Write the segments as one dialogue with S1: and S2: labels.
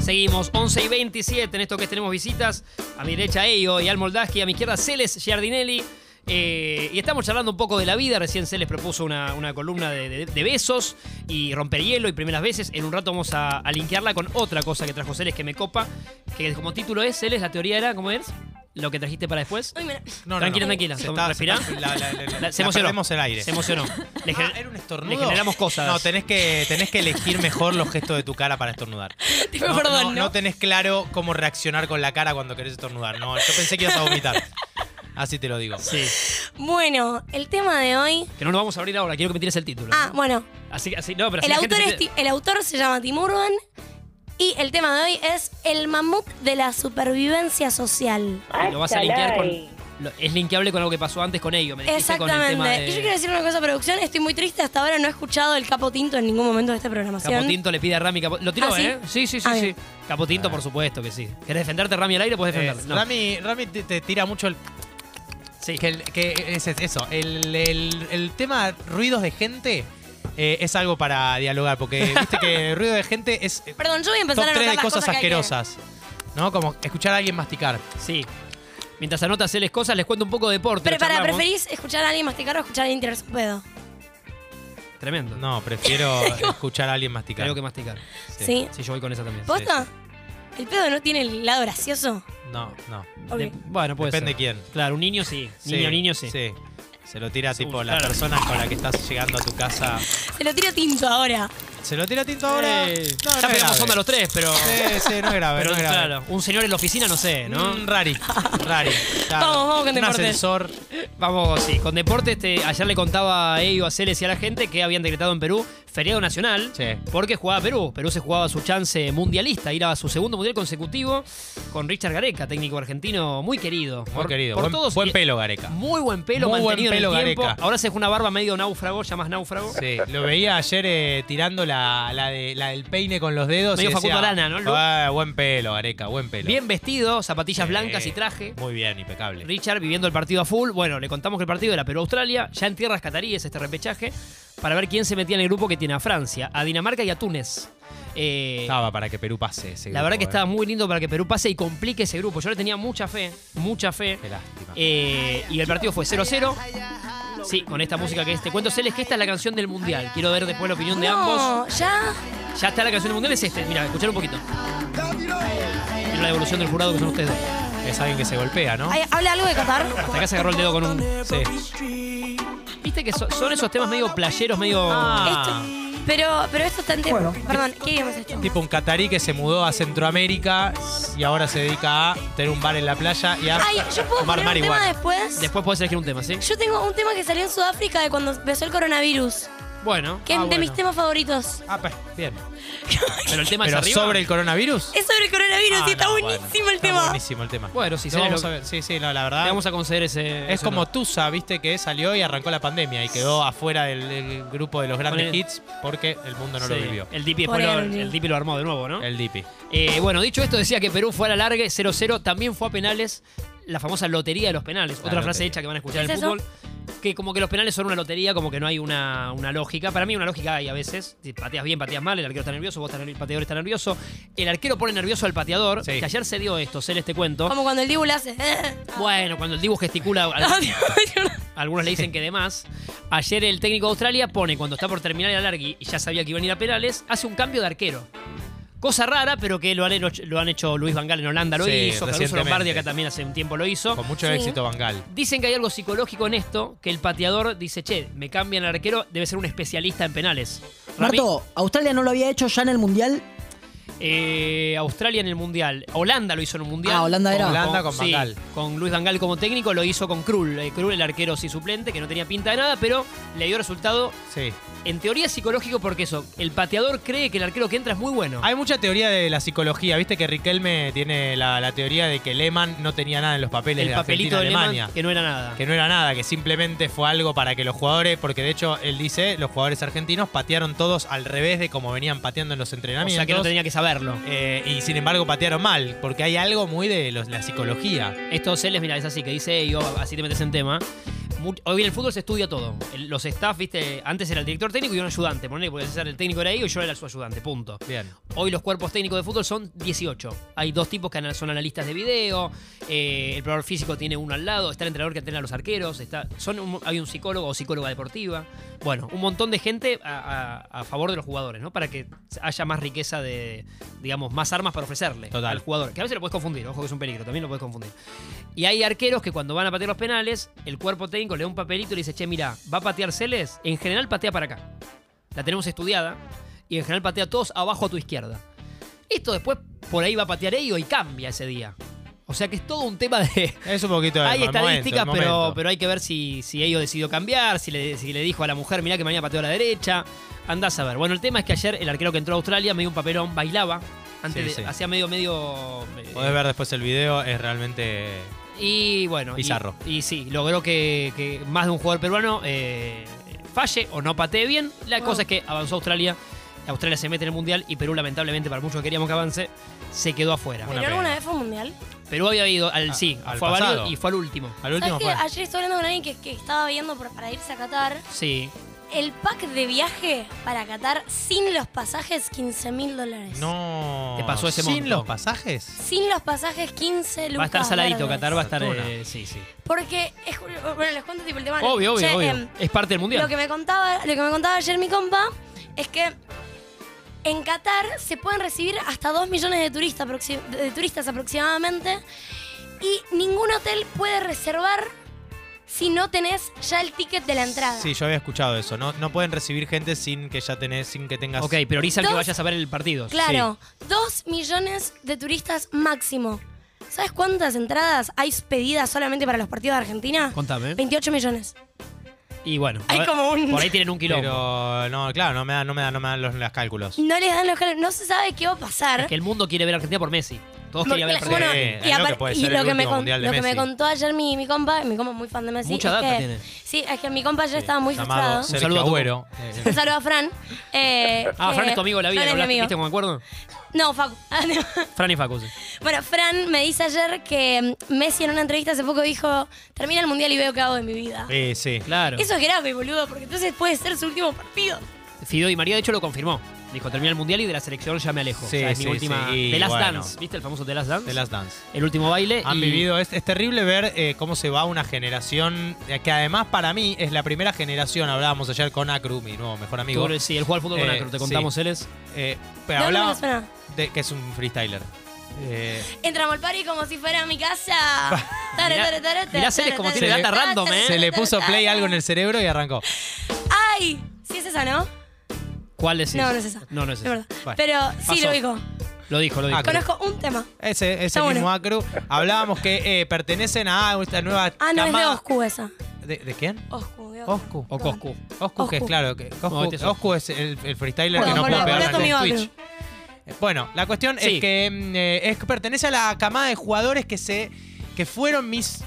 S1: Seguimos, 11 y 27 en esto que tenemos visitas. A mi derecha Eyo y al Moldaski, a mi izquierda Celes Giardinelli. Eh, y estamos charlando un poco de la vida. Recién Celes propuso una, una columna de, de- de besos y romper hielo y primeras veces. En un rato vamos a, a linkearla con otra cosa que trajo Celes que me copa. Que como título es, Celes, la teoría era, ¿cómo es? Lo que trajiste para después.
S2: Ay, me la-
S3: No, no,
S1: Tranquila,
S3: no.
S1: tranquila.
S3: Se está-
S1: Respirá.
S3: se está- la- la- la-
S1: La- se
S3: la
S1: emocionó.
S3: perdemos el aire.
S1: Se emocionó. Le
S3: Ah,
S1: gen-
S3: era un estornudo.
S1: le generamos cosas.
S3: No, tenés que, tenés que elegir mejor los gestos de tu cara para estornudar.
S2: Te pido
S3: No,
S2: perdón,
S3: no-
S2: ¿no?
S3: no tenés claro cómo reaccionar con la cara cuando querés estornudar. No, yo pensé que ibas a vomitar. Así te lo digo.
S1: Sí.
S2: Bueno, el tema de hoy.
S1: Que no nos vamos a abrir ahora, quiero que me tires el título.
S2: Ah, bueno,
S1: Así que así, no, pero así
S2: el
S1: la gente
S2: autor,
S1: se-
S2: es Ti- el autor se llama Tim Urban y el tema de hoy es el mamut de la supervivencia social.
S1: Lo vas a linkear con. lo- es linkeable con algo que pasó antes con ello. Me dijiste con el tema
S2: Exactamente.
S1: de.
S2: Y yo quiero decir una cosa, producción. Estoy muy triste. Hasta ahora no he escuchado el capo tinto en ningún momento de esta programación.
S1: Capotinto le pide a Rami Capo- Lo tiró,
S2: ¿Ah, sí?
S1: ¿eh? Sí, sí, sí,
S2: Ah,
S1: sí.
S2: bien.
S1: Capotinto, por supuesto que sí. ¿Querés defenderte, Rami, al aire? Puedes
S3: Eh,
S1: defenderte. No.
S3: Rami, Rami te, te tira mucho el.
S1: Sí.
S3: Que, el- que es es- eso. El, el- el tema ruidos de gente eh, es algo para dialogar. Porque viste que ruido de gente es eh,
S2: Perdón, yo voy a
S3: top
S2: empezar a
S3: 3
S2: anotar
S3: de
S2: las
S3: cosas
S2: que hay que-
S3: asquerosas. ¿No? Como escuchar a alguien masticar.
S1: Sí. Mientras anota hacerles cosas, les cuento un poco de deporte.
S2: Pero
S1: lo
S2: para,
S1: charlamos.
S2: ¿preferís escuchar a alguien masticar o escuchar a alguien tirarse un pedo?
S1: Tremendo.
S3: No, prefiero escuchar a alguien masticar.
S1: Creo que masticar.
S2: Sí.
S1: Sí, yo voy con esa también.
S3: Vos-
S2: ¿Posta? ¿El pedo no tiene el lado gracioso?
S3: No, no.
S2: Ok.
S1: De- bueno, puede
S3: Depende
S1: ser.
S3: quién.
S1: Claro, un niño sí. Niño, niño sí.
S3: Se lo tira tipo
S1: Uy,
S3: la
S1: claro.
S3: persona con la que estás llegando a tu casa.
S2: Se lo tiro tinto ahora.
S3: Se lo tira tinto ahora.
S1: Eh,
S3: No,
S1: ya
S3: no es
S1: pegamos
S3: grave.
S1: onda los tres, pero.
S3: Sí, sí, no es grave.
S1: Pero
S3: no es grave.
S1: claro, un señor en la oficina, no sé, ¿no?
S3: Mm, rari, rari. claro.
S2: Vamos, vamos con
S3: Un
S2: deporte.
S3: ascensor.
S1: Vamos, sí, con deporte, este, ayer le contaba a ellos, a Celes y a la gente que habían decretado en Perú feriado nacional
S3: Sí.
S1: porque jugaba Perú. Perú se jugaba su chance mundialista, ir a su segundo mundial consecutivo con Richard Gareca, técnico argentino muy querido.
S3: Muy
S1: por,
S3: querido.
S1: por
S3: buen,
S1: todos.
S3: buen
S1: Y-
S3: pelo, Gareca.
S1: Muy buen pelo,
S3: Muy buen
S1: mantenido en
S3: pelo
S1: el tiempo.
S3: Gareca.
S1: Ahora se dejó una barba medio náufrago, ya más náufrago.
S3: Sí, lo veía ayer eh, tirando la, la, de- la del peine con los dedos.
S1: Medio
S3: y decía,
S1: Facundo Arana, ¿no, Lu?
S3: "Ah, buen pelo, Gareca, buen pelo.
S1: Bien vestido, zapatillas blancas
S3: Eh,
S1: y traje.
S3: Muy bien, impecable.
S1: Richard viviendo el partido a full. Bueno, le contamos que el partido era Perú-Australia, ya en tierras cataríes este repechaje, para ver quién se metía en el grupo que tiene a Francia, a Dinamarca y a Túnez. Eh,
S3: Estaba para que Perú pase ese
S1: la verdad que
S3: grupo,
S1: estaba
S3: eh.
S1: muy lindo para que Perú pase y complique ese grupo. Yo le tenía mucha fe, mucha fe.
S3: Qué lástima.
S1: Eh, y el partido fue 0-0. Sí, con esta música que es. Te cuento, Celes, que esta es la canción del Mundial. Quiero ver después la opinión de ambos.
S2: No, ya.
S1: Ya está la canción del Mundial, es este. Mira, escuchar un poquito. Mira la evolución del jurado que son ustedes. dos.
S3: Es alguien que se golpea, ¿no?
S2: Ay, ¿Habla algo de Qatar?
S1: Hasta acá se agarró el dedo con un...
S3: Sí.
S1: Viste que so- son esos temas medio playeros, medio.
S3: Ah.
S2: Esto- pero, pero esto está en tema. Perdón, ¿qué habíamos hecho?
S3: Tipo un catarí que se mudó a Centroamérica y ahora se dedica a tener un bar en la playa y a
S2: Ay, ¿yo puedo
S3: fumar
S2: poner un tema
S3: marihuana.
S2: después?
S1: Después podés elegir un tema, ¿sí?
S2: Yo tengo un tema que salió en Sudáfrica de cuando empezó el coronavirus,
S1: Bueno.
S2: que es
S1: ah,
S2: de
S1: bueno.
S2: mis temas favoritos.
S3: Ah, pues, bien.
S1: Pero el tema es
S3: ¿Pero
S1: arriba. Eh,
S3: sobre el coronavirus?
S2: Es sobre el coronavirus
S3: Ah,
S2: y está
S3: no, bueno,
S2: buenísimo el
S3: está
S2: tema.
S3: buenísimo el tema.
S1: Bueno, si
S3: Lo
S1: se le
S3: vamos
S1: lo-
S3: a ver. Sí, sí, no, la
S1: Te
S3: verdad.
S1: vamos a conceder ese.
S3: Es
S1: ese
S3: como
S1: tema.
S3: Tusa, viste, que salió y arrancó la pandemia y quedó afuera del, del grupo de los grandes
S1: Ponele.
S3: hits porque el mundo no lo
S1: Sí,
S3: vivió.
S1: El Dipi, después lo,
S2: Pobre Angie.
S1: el Dipi lo armó de nuevo, ¿no?
S3: El Dipi.
S1: Eh, bueno, dicho esto, decía que Perú fue a la largue 0-0. También fue a penales. La famosa lotería de los penales.
S3: La
S1: Otra frase
S3: lotería.
S1: hecha que van a escuchar en
S2: ¿Qué
S1: el
S2: es eso?
S1: fútbol. Que como que los penales son una lotería, como que no hay una, una lógica. Para mí una lógica hay a veces. Si pateas bien, pateas mal, el arquero está nervioso, vos estás, nervi- el pateador está nervioso. El arquero pone nervioso al pateador.
S3: Sí.
S1: Que ayer se dio esto, Cel, este cuento.
S2: Como cuando el Dibu le hace.
S1: Bueno, cuando el Dibu gesticula, al- algunos le dicen que de más. Ayer el técnico de Australia pone, cuando está por terminar el alargue y ya sabía que iban a ir a penales, hace un cambio de arquero. Cosa rara, pero que lo han, hecho- lo han hecho Luis Vangal en Holanda, lo
S3: Sí,
S1: hizo. Caruso
S3: recientemente.
S1: Lombardi acá también hace un tiempo lo hizo.
S3: Con mucho
S2: Sí.
S3: éxito, Bangal.
S1: Dicen que hay algo psicológico en esto, que el pateador dice, che, me cambian al arquero, debe ser un especialista en penales. Rami,
S4: Marto, Australia no lo había hecho ya en el Mundial.
S1: eh, Australia en el Mundial. Holanda lo hizo en un Mundial.
S4: Ah, Holanda era.
S3: Holanda con Van
S1: sí,
S3: Gaal.
S1: con Luis Van Gaal como técnico, lo hizo con Krul. Eh, Krul, el arquero sí suplente, que no tenía pinta de nada, pero le dio resultado
S3: Sí.
S1: En teoría es psicológico porque eso, el pateador cree que el arquero que entra es muy bueno.
S3: Hay mucha teoría de la psicología, viste que Riquelme tiene la, la teoría de que Lehmann no tenía nada en los papeles
S1: el
S3: de
S1: papelito
S3: Argentina
S1: de
S3: Alemania.
S1: Alemania, que no era nada.
S3: Que no era nada, que simplemente fue algo para que los jugadores, porque de hecho él dice, los jugadores argentinos patearon todos al revés de como venían pateando en los
S1: o
S3: entrenamientos.
S1: sea que no tenía que saberlo.
S3: Eh, y sin embargo patearon mal, porque hay algo muy de los- la psicología.
S1: Estos Celes, mira, es así que dice yo, así te metes en tema. mu- hoy en el fútbol se estudia todo. El- los staff, viste, antes era el director técnico y un ayudante, ponele, porque César el técnico era ahí y yo era su ayudante, punto.
S3: Bien.
S1: Hoy los cuerpos técnicos de fútbol son 18. Hay dos tipos que anal- son analistas de video, eh, el preparador físico tiene uno al lado, está el entrenador que entrena a los arqueros, está, son un- hay un psicólogo o psicóloga deportiva. Bueno, un montón de gente a, a- a favor de los jugadores, ¿no? Para que haya más riqueza de, digamos, más armas para ofrecerle
S3: Total.
S1: al jugador. Que a veces lo puedes confundir, ojo que es un peligro, también lo puedes confundir. Y hay arqueros que cuando van a patear los penales, el cuerpo técnico le da un papelito y le dice, che, mira, va a patear Celes, en general patea para acá. La tenemos estudiada y en general patea todos abajo a tu izquierda. Esto después por ahí va a patear ello y cambia ese día. O sea que es todo un tema de...
S3: Es un poquito de
S1: Hay estadísticas, pero,
S3: pero
S1: pero hay que ver si, si ello decidió cambiar, si le, si le dijo a la mujer, mirá que mañana pateó a la derecha. Andás a ver. Bueno, el tema es que ayer el arquero que entró a Australia, medio un papelón, bailaba. Antes
S3: Sí,
S1: de-
S3: sí.
S1: hacía medio, medio... eh,
S3: Podés ver después el video, es realmente.
S1: y bueno. y-
S3: Bizarro.
S1: Y, sí, logró que, que más de un jugador peruano eh, falle o no patee bien. La cosa es que avanzó Australia. Australia se mete en el mundial y Perú, lamentablemente, para muchos que queríamos que avance, se quedó afuera.
S2: ¿Pero
S3: pena.
S2: alguna vez fue un mundial?
S1: Perú había ido al
S3: A-
S1: sí,
S3: Ah, al
S1: fue a
S3: pasado.
S1: varios y fue al último.
S3: Al
S2: ¿Sabes
S3: último
S2: que
S3: fue.
S2: ayer estoy hablando con alguien que, que estaba viendo por- para irse a Qatar?
S1: Sí.
S2: El pack de viaje para Qatar sin los pasajes, 15 mil dólares.
S3: No.
S1: Te pasó ese
S3: ¿Sin
S1: monto.
S3: los pasajes?
S2: Sin los pasajes, 15 lucas
S1: va a estar saladito,
S2: verdes.
S1: Qatar va a estar.
S3: Fortuna.
S1: eh, sí, sí.
S2: Porque, es, ju- bueno, les cuento tipo el tema.
S1: Obvio, obvio,
S2: Che,
S1: obvio.
S2: em,
S1: es parte del mundial.
S2: Lo que me contaba, lo que me contaba ayer mi compa es que en Qatar se pueden recibir hasta 2 millones de turistas, aproxi- de turistas aproximadamente y ningún hotel puede reservar si no tenés ya el ticket de la entrada.
S3: Sí, yo había escuchado eso. No, no pueden recibir gente sin que ya tenés, sin que tengas.
S1: ok, priorizan que
S2: Dos-
S1: vayas a ver el partido.
S2: Claro, 2 millones de turistas máximo. ¿Sabes cuántas entradas hay pedidas solamente para los partidos de Argentina?
S1: Contame.
S2: 28 millones.
S1: Y bueno.
S2: Hay
S1: por-
S2: como un-
S1: Por ahí tienen un quilombo.
S3: Pero no, claro, no me dan, no me dan, no me dan los, los cálculos.
S2: No les dan los cal- no se sabe qué va a pasar.
S1: Es que el mundo quiere ver a Argentina por Messi. Todos
S2: Bueno,
S1: querían ver a Argentina.
S2: bueno,
S3: Sí,
S2: y
S3: es lo
S2: apar-
S3: que puede
S2: y
S3: ser
S2: lo
S3: el
S2: que me
S3: último
S2: con-
S3: mundial de
S2: lo que me
S3: Messi.
S2: contó ayer mi, mi compa, mi compa es muy fan de Messi.
S1: Mucha
S2: es
S1: data
S2: que-
S1: tiene.
S2: Sí, es que mi compa ayer estaba muy frustrado.
S3: Llamado Sergio
S1: saludo a tu-
S3: Agüero.
S2: Un saludo a Fran. eh,
S1: Ah,
S2: que-
S1: Fran es tu amigo de la vida,
S2: Fran
S1: ¿no?
S2: es
S1: hablaste?
S2: mi amigo.
S1: ¿Viste cómo me acuerdo?
S2: No, Facu.
S1: Fran y Facu. sí.
S2: bueno, Fran me dice ayer que mm, Messi en una entrevista hace poco dijo, termina el mundial y veo qué hago de mi vida.
S3: Eh, sí.
S1: Claro.
S2: Eso es grave, boludo, porque entonces puede ser su último partido.
S1: Fido y María, de hecho, lo confirmó. Dijo, termina el mundial y de la selección ya me alejo.
S3: Sí,
S1: o sea, es mi
S3: sí,
S1: última.
S3: sí, y
S1: The Last
S3: bueno.
S1: Dance. ¿Viste el famoso The Last Dance?
S3: The Last Dance.
S1: El último baile.
S3: Han
S1: y-
S3: vivido, es, es terrible ver eh, cómo se va una generación, eh, que además para mí es la primera generación, hablábamos ayer con Acru, mi nuevo mejor amigo,
S1: Tú- sí, el jugar al fútbol con
S3: Eh,
S1: Acro, te
S3: sí.
S1: contamos, él es.
S3: eh, pero
S2: ¿De dónde
S3: hablaba
S2: me suena?
S3: de que es un freestyler. Eh,
S2: Entramos al party como si fuera a mi casa. Tara,
S1: Mirá-
S2: tara, tara,
S1: mirá, Celes, como
S2: tara,
S1: tiene
S2: tara,
S1: data
S2: tara,
S1: random,
S2: tara,
S1: ¿eh?
S3: se le
S2: tara,
S3: puso
S2: tara.
S3: play algo en el cerebro y arrancó.
S2: ¡Ay! Sí es esa, ¿no?
S1: ¿Cuál es
S2: No, no es esa.
S1: No, no es
S2: De
S1: esa.
S2: verdad.
S3: Bueno,
S2: Pero sí
S1: pasó.
S2: lo digo.
S1: Lo dijo, lo dijo.
S3: Acro.
S2: Conozco un tema.
S3: Ese, ese
S2: Está bueno.
S3: mismo Acru. Hablábamos que eh, pertenecen a esta nueva
S2: Ah, no, es de
S3: camada-
S2: Oscu esa.
S3: ¿De, de quién?
S2: Oscu, de
S3: Oscu.
S1: O Coscu.
S3: Oscu, que es
S2: Oscu.
S3: claro, que Oscu,
S1: No, este es Oscu.
S3: Oscu es el, el freestyler
S2: Bueno,
S3: que no
S2: ponle-
S3: puede pegar
S2: ponle
S3: en
S2: conmigo
S3: Twitch. Eh, Bueno, la cuestión
S1: Sí.
S3: es que mm, eh, es que pertenece a la camada de jugadores que se que fueron mis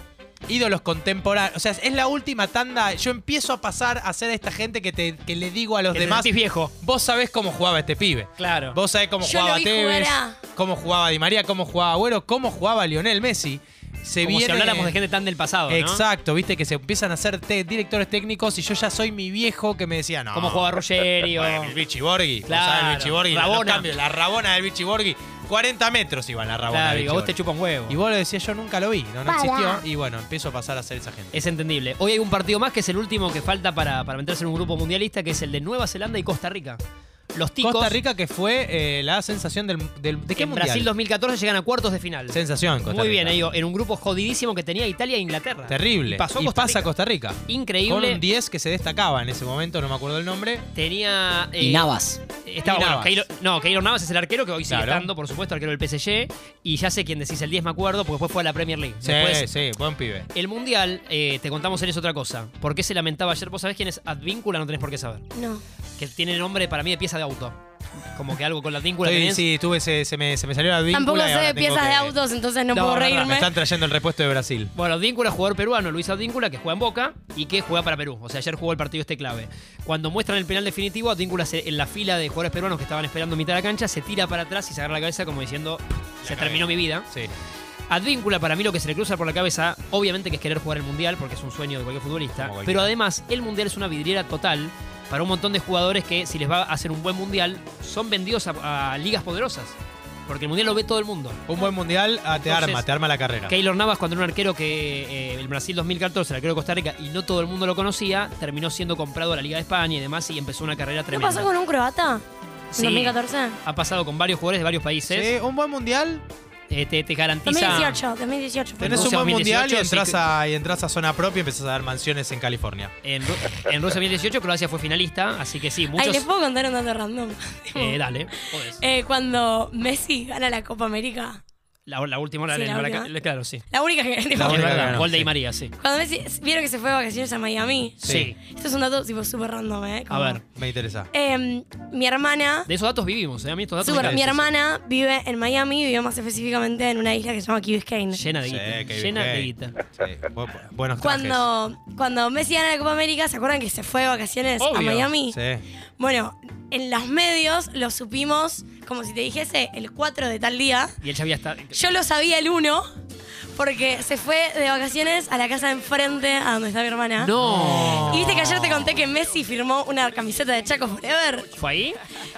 S3: ídolos contemporáneos. O sea, es la última tanda. Yo empiezo a pasar a ser esta gente que, te, que le digo a los
S1: Que te
S3: demás,
S1: sentís viejo.
S3: vos sabés cómo jugaba este pibe.
S1: Claro.
S3: Vos sabés cómo
S2: Yo lo
S3: jugaba
S2: vi
S3: Tevez,
S2: jugar
S3: cómo jugaba Di María, cómo jugaba Agüero, cómo jugaba Lionel Messi. Se
S1: Como si
S3: viene-
S1: habláramos de gente tan del pasado, ¿no?
S3: Exacto, viste que se empiezan a hacer te- directores técnicos y yo ya soy mi viejo que me decía, no.
S1: Como jugaba Rogerio.
S3: Bueno, el Vichy Borghi. vos
S1: Claro,
S3: sabés, el Vichy Borghi, los
S1: Rabona.
S3: cambios, la rabona del Vichy Borghi. 40 metros iba la rabona.
S1: Claro,
S3: del
S1: digo,
S3: Vichy
S1: vos te
S3: Borghi.
S1: chupa un huevo.
S3: y vos le decías, yo nunca lo vi, no, no existió. Y bueno, empiezo a pasar a ser esa gente.
S1: Es entendible. Hoy hay un partido más que es el último que falta para, para meterse en un grupo mundialista, que es el de Nueva Zelanda y Costa Rica. Los ticos
S3: Costa Rica que fue eh, la sensación del, del- ¿De qué
S1: en
S3: mundial?
S1: Brasil 2014 llegan a cuartos de final.
S3: Sensación, Costa
S1: Muy bien,
S3: Rica.
S1: ellos, en un grupo jodidísimo que tenía Italia e Inglaterra.
S3: Terrible.
S1: Y pasó Costa
S3: pasa
S1: Rica.
S3: Costa Rica. Con
S1: Increíble.
S3: un 10 que se destacaba en ese momento, no me acuerdo el nombre.
S1: Tenía. eh,
S4: Y Navas.
S1: Estaba,
S3: Y
S1: bueno,
S3: Navas.
S1: Keylor- no, Keylor Navas es el arquero que hoy sigue
S3: Claro.
S1: estando, por supuesto, arquero del PSG. Y ya sé quién decís el 10, me acuerdo, porque después fue a la Premier League.
S3: Sí,
S1: Después,
S3: sí, buen pibe.
S1: El Mundial, eh, te contamos él es otra cosa. ¿Por qué se lamentaba ayer? ¿Vos sabés quién es Advíncula? No tenés por qué saber.
S2: No.
S1: Que tiene nombre para mí de pieza de auto. Como que algo con la Advíncula
S3: Estoy-
S1: tenés.
S3: sí, tuve ese- se, me, se me salió la víncula.
S2: Tampoco
S3: y
S2: sé
S3: ahora
S2: de
S3: tengo
S2: piezas
S3: que-
S2: de autos, entonces no,
S1: No,
S2: puedo
S1: no, no,
S2: reírme.
S3: Me están trayendo el repuesto de Brasil.
S1: Bueno, Advíncula, jugador peruano, Luis Advíncula, que juega en Boca y que juega para Perú. O sea, ayer jugó el partido este clave. Cuando muestran el penal definitivo, Advíncula se- en la fila de jugadores peruanos que estaban esperando en mitad de la cancha, se tira para atrás y se agarra la cabeza como diciendo, se
S3: cagué".
S1: terminó mi vida.
S3: Sí.
S1: Advíncula, para mí lo que se le cruza por la cabeza, obviamente que es querer jugar el Mundial, porque es un sueño de cualquier futbolista,
S5: Como cualquiera.
S1: pero además el Mundial es una vidriera total para un montón de jugadores que si les va a hacer un buen Mundial, son vendidos a, a ligas poderosas, porque el Mundial lo ve todo el mundo.
S3: Un buen mundial ah, te
S1: Entonces,
S3: arma, te arma la carrera.
S1: Keylor Navas, cuando era un arquero que eh, el Brasil 2014, el arquero de Costa Rica, y no todo el mundo lo conocía, terminó siendo comprado a la Liga de España y demás, y empezó una carrera
S2: ¿No
S1: tremenda.
S2: pasó con un croata?
S1: Sí.
S2: En 2014.
S1: Ha pasado con varios jugadores de varios países.
S3: Sí, un buen mundial,
S1: Eh, te, te garantiza.
S2: 2018, 2018. fue.
S1: Pero
S3: tenés un
S1: Rusia
S3: buen mundial y
S1: 2018, sí
S3: entras,
S1: que-
S3: a, y entras a zona propia y empezás a dar mansiones en California.
S1: En, Ru- en Rusia 2018, Croacia fue finalista, así que sí,
S2: Ay,
S1: muchos.
S2: les puedo contar un dato random.
S1: Eh, dale, podés.
S2: Eh, cuando Messi gana la Copa América,
S1: La, la última, la,
S2: sí,
S1: del
S2: la
S1: Maraca-
S2: última.
S1: Claro, sí.
S2: la única que
S3: La
S1: Es
S3: única
S1: verdad,
S3: que ganó,
S1: gol de
S3: sí.
S1: Di María, sí.
S2: Cuando Messi, vieron que se fue de vacaciones a Miami.
S1: Sí.
S2: Esto es un dato tipo súper random, ¿eh?
S1: A
S2: Como-
S1: ver,
S3: Me interesa.
S2: Em, mi hermana,
S1: de esos datos vivimos, ¿eh? A mí estos datos. me
S2: súper, mi
S1: interesan.
S2: hermana vive en Miami, vive más específicamente en una isla que se llama Key Biscayne.
S1: Llena de
S3: Sí,
S1: guita.
S3: qué
S1: llena de
S3: bien.
S1: guita.
S3: Sí, bu- bu- buenos
S2: Cuando, cuando Messi gana la Copa América, ¿se acuerdan que se fue de vacaciones a
S1: Obvio,
S2: Miami?
S3: trajes. Sí.
S2: Bueno, en los medios lo supimos como si te dijese el 4 de tal día.
S1: Y él ya había estado.
S2: Yo lo sabía el 1 porque se fue de vacaciones a la casa de enfrente a donde está mi hermana.
S1: ¡No!
S2: Y viste que ayer te conté que Messi firmó una camiseta de Chaco Forever.
S1: ¿Fue ahí?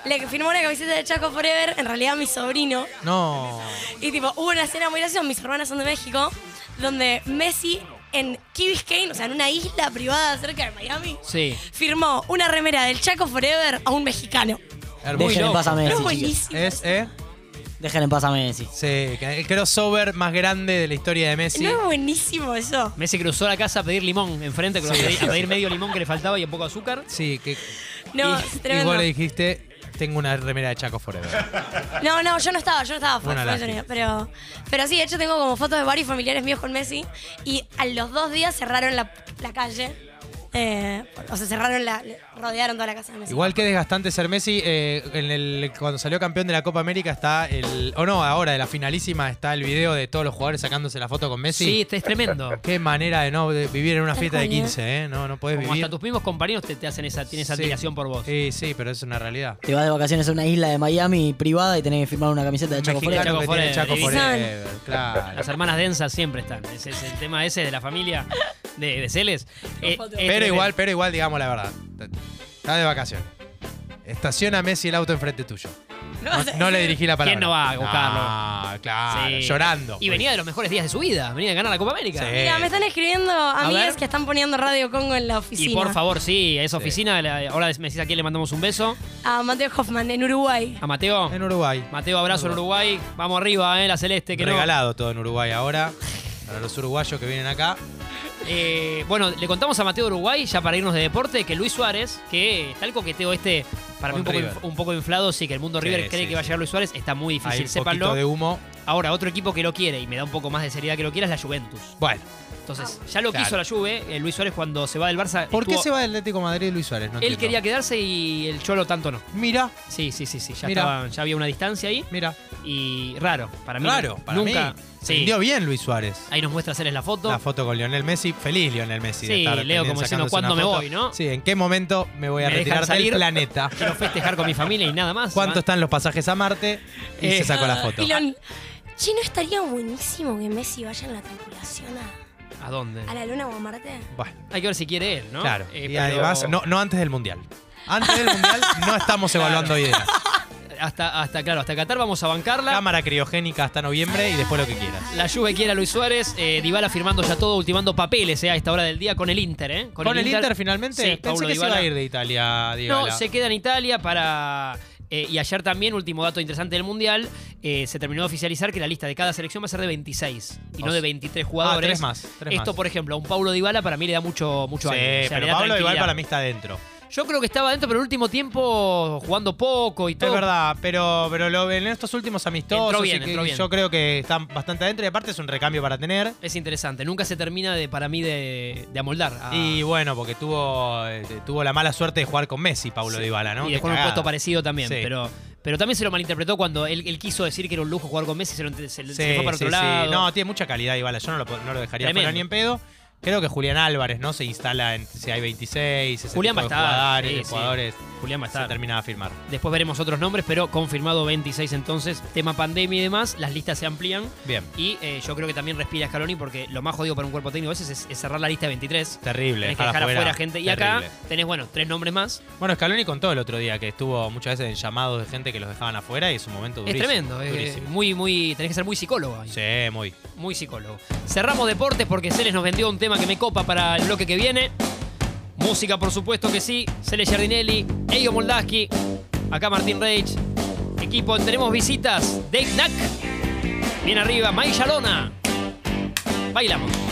S2: Le que firmó una camiseta de Chaco Forever, en realidad mi sobrino.
S3: No.
S2: Y tipo, hubo una escena muy graciosa, mis hermanas son de México, donde Messi en Key Biscayne, o sea, en una isla privada cerca de Miami,
S1: Sí.
S2: firmó una remera del Chaco Forever a un mexicano.
S3: Hermoso.
S4: Dejen en
S1: loco.
S4: paz a
S2: Pero
S4: Messi, chicos.
S2: buenísimo.
S3: Es, ¿eh?
S4: Dejen en paz a Messi.
S3: Sí, que- el crossover más grande de la historia de Messi.
S2: ¿No es buenísimo eso?
S1: Messi cruzó la casa a pedir limón enfrente, a pedir, a pedir medio limón que le faltaba y un poco de azúcar.
S3: Sí, que
S2: No,
S3: y,
S2: es
S3: y
S2: tremendo.
S3: vos le dijiste, tengo una remera de Chaco Forever.
S2: No, no, yo no estaba, yo no estaba fue-
S3: Una
S2: fue
S3: lástima.
S2: Antonio, pero, pero sí, de hecho tengo como fotos de varios familiares míos con Messi y a los dos días cerraron la, la calle. eh, o sea, cerraron la. rodearon toda la casa de Messi.
S3: Igual que desgastante ser Messi, eh, en el, cuando salió campeón de la Copa América está el... O no, ahora de la finalísima está el video de todos los jugadores sacándose la foto con Messi.
S1: Sí, este es tremendo.
S3: Qué manera de no de vivir en una
S2: Tal
S3: fiesta de
S2: cual, ¿eh?
S3: 15, ¿eh? No, no podés
S1: Como
S3: vivir.
S1: hasta tus mismos compañeros te, te hacen esa, tienen esa
S3: Sí.
S1: admiración por vos.
S3: Sí, sí, pero es una realidad.
S4: Te vas de vacaciones a una isla de Miami privada y tenés que firmar una camiseta de Chaco
S3: Mexicano
S4: Forever.
S1: Chaco
S3: que tiene
S1: Forever,
S3: Chaco
S1: divino.
S3: Forever, claro.
S1: Las hermanas densas siempre están. Ese es el tema ese de la familia de, de Celes. Eh, es
S3: Pero
S1: tremendo.
S3: igual, pero igual, digamos la verdad. Está de vacaciones. Estaciona Messi el auto enfrente tuyo. No, no le dirigí la palabra.
S1: ¿Quién no va a buscarlo?
S3: Ah, claro.
S1: Sí.
S3: Llorando. pues.
S1: Y venía de los mejores días de su vida. Venía de ganar la Copa América.
S3: Sí.
S2: Mira, me están escribiendo amigas
S1: Eh, ver.
S2: que están poniendo Radio Congo en la oficina.
S1: Y por favor, sí, a esa
S3: Sí.
S1: oficina, la- ahora me decís a quién le mandamos un beso.
S2: A Mateo Hoffman en Uruguay.
S1: A Mateo.
S3: En Uruguay.
S1: Mateo, abrazo en Uruguay. Vamos arriba, eh, la celeste. Que no.
S3: Regalado todo en Uruguay ahora. Para los uruguayos que vienen acá.
S1: Eh, bueno, le contamos a Mateo de Uruguay, ya para irnos de deporte, que Luis Suárez, que está el coqueteo este, para mí
S3: Con
S1: un poco,
S3: River.
S1: inf- un poco inflado, sí, que el mundo
S3: Sí,
S1: River cree
S3: sí,
S1: que va a
S3: sí.
S1: llegar Luis Suárez, está muy
S3: Hay
S1: difícil,
S3: un poquito
S1: sépanlo.
S3: de humo.
S1: Ahora, otro equipo que lo quiere y me da un poco más de seriedad que lo quiera es la Juventus.
S3: Bueno,
S1: Entonces, ya lo
S3: Claro.
S1: quiso la Juve, eh, Luis Suárez cuando se va del Barça.
S3: Ah. ¿por qué
S1: estuvo-
S3: se va del Atlético de Madrid Luis Suárez? No
S1: Él
S3: entiendo.
S1: quería quedarse y el Cholo tanto no.
S3: Mira,
S1: Sí, sí, sí, sí. Ya,
S3: Mira.
S1: estaban- ya había una distancia ahí
S3: mira.
S1: y raro. Para mí.
S3: Claro, para
S1: nunca.
S3: mí. Se
S1: Sí.
S3: rindió bien Luis Suárez.
S1: Ahí nos muestra hacerles la foto.
S3: La foto con Lionel Messi. Feliz Lionel Messi. de
S1: Sí,
S3: estar
S1: Leo como
S3: sacándose
S1: diciendo, ¿cuándo
S3: una
S1: me
S3: foto.
S1: voy, no?
S3: Sí, ¿en qué momento me voy a
S1: Me dejan
S3: retirar
S1: salir.
S3: del planeta?
S1: Quiero festejar con mi familia y nada más. ¿eh?
S3: ¿Cuánto
S1: ¿va?
S3: están los pasajes a Marte? Y
S1: Eh,
S3: se sacó la foto.
S2: Ah, Elon, che, ¿no estaría buenísimo que Messi vaya en la tripulación a,
S1: ¿A dónde?
S2: a la luna o a Marte?
S3: Bueno,
S1: Hay que ver si quiere él, ¿no?
S3: claro.
S1: Eh,
S3: y
S1: pero-
S3: además, no, no antes del Mundial. Antes del Mundial no estamos evaluando ideas.
S1: Hasta, hasta, claro, hasta Qatar vamos a bancarla.
S3: Cámara criogénica hasta noviembre y después lo que quieras.
S1: La Juve quiere a Luis Suárez. Eh, Dybala firmando ya todo, ultimando papeles eh, a esta hora del día con el Inter, ¿eh?
S3: ¿Con, el Inter, finalmente?
S1: Sí,
S3: Pensé
S1: Paulo
S3: que se iba
S1: Dybala.
S3: a ir de Italia, Ah, Dybala.
S1: No, se queda en Italia para. eh, y ayer también, último dato interesante del Mundial, eh, se terminó de oficializar que la lista de cada selección va a ser de 26 y no de 23
S3: Ah,
S1: jugadores.
S3: tres más. tres
S1: Esto,
S3: más.
S1: por ejemplo, a un Paulo Dybala para mí le da mucho, mucho
S3: Sí,
S1: aire. O sea, le
S3: pero
S1: da
S3: Pablo igual
S1: tranquilidad.
S3: para mí está adentro.
S1: Yo creo que estaba dentro, pero el último tiempo jugando poco y todo.
S3: Es verdad, pero, pero lo, en estos últimos amistosos
S1: Entró bien,
S3: y que-
S1: entró bien.
S3: yo creo que están bastante adentro y aparte es un recambio para tener.
S1: Es interesante. Nunca se termina de, para mí de, de amoldar. a-
S3: Y bueno, porque tuvo, eh, tuvo la mala suerte de jugar con Messi, Paulo
S1: Sí.
S3: Dybala,
S1: y
S3: ¿no? Qué
S1: dejó un
S3: cagada.
S1: puesto parecido también.
S3: Sí.
S1: Pero, pero también se lo malinterpretó cuando él, él quiso decir que era un lujo jugar con Messi, se lo ent- se,
S3: Sí,
S1: se fue para
S3: sí,
S1: otro
S3: sí.
S1: lado.
S3: No, tiene mucha calidad Dybala, yo no lo, po- no lo dejaría
S1: Tremendo.
S3: fuera ni en pedo. Creo que Julián Álvarez, ¿no? Se instala en si hay 26, ese
S1: Julián
S3: tipo de
S1: va a estar,
S3: jugadores,
S1: sí,
S3: de
S1: sí.
S3: jugadores
S1: Julián va a
S3: Se
S1: estar.
S3: terminaba de firmar.
S1: Después veremos otros nombres, pero confirmado 26 entonces. Tema pandemia y demás, las listas se amplían.
S3: Bien.
S1: Y eh, yo creo que también respira Scaloni porque lo más jodido para un cuerpo técnico a veces es, es cerrar la lista de 23.
S3: Terrible.
S1: Tenés que dejar afuera gente. Y acá
S3: terrible.
S1: tenés, bueno, tres nombres más.
S3: Bueno, Scaloni contó el otro día que estuvo muchas veces en llamados de gente que los dejaban afuera y es un momento durísimo.
S1: es tremendo. eh,
S3: durísimo.
S1: muy, muy, tenés que ser muy psicólogo. ahí.
S3: Sí, muy.
S1: Muy psicólogo. Cerramos deportes porque Celes nos vendió un tema que me copa para el bloque que viene. Música, por supuesto que sí. Celes Giardinelli, Eyo Moldaski, acá Martín Reich. Equipo, tenemos visitas. Dave Knack, bien arriba, May Shalona. Bailamos.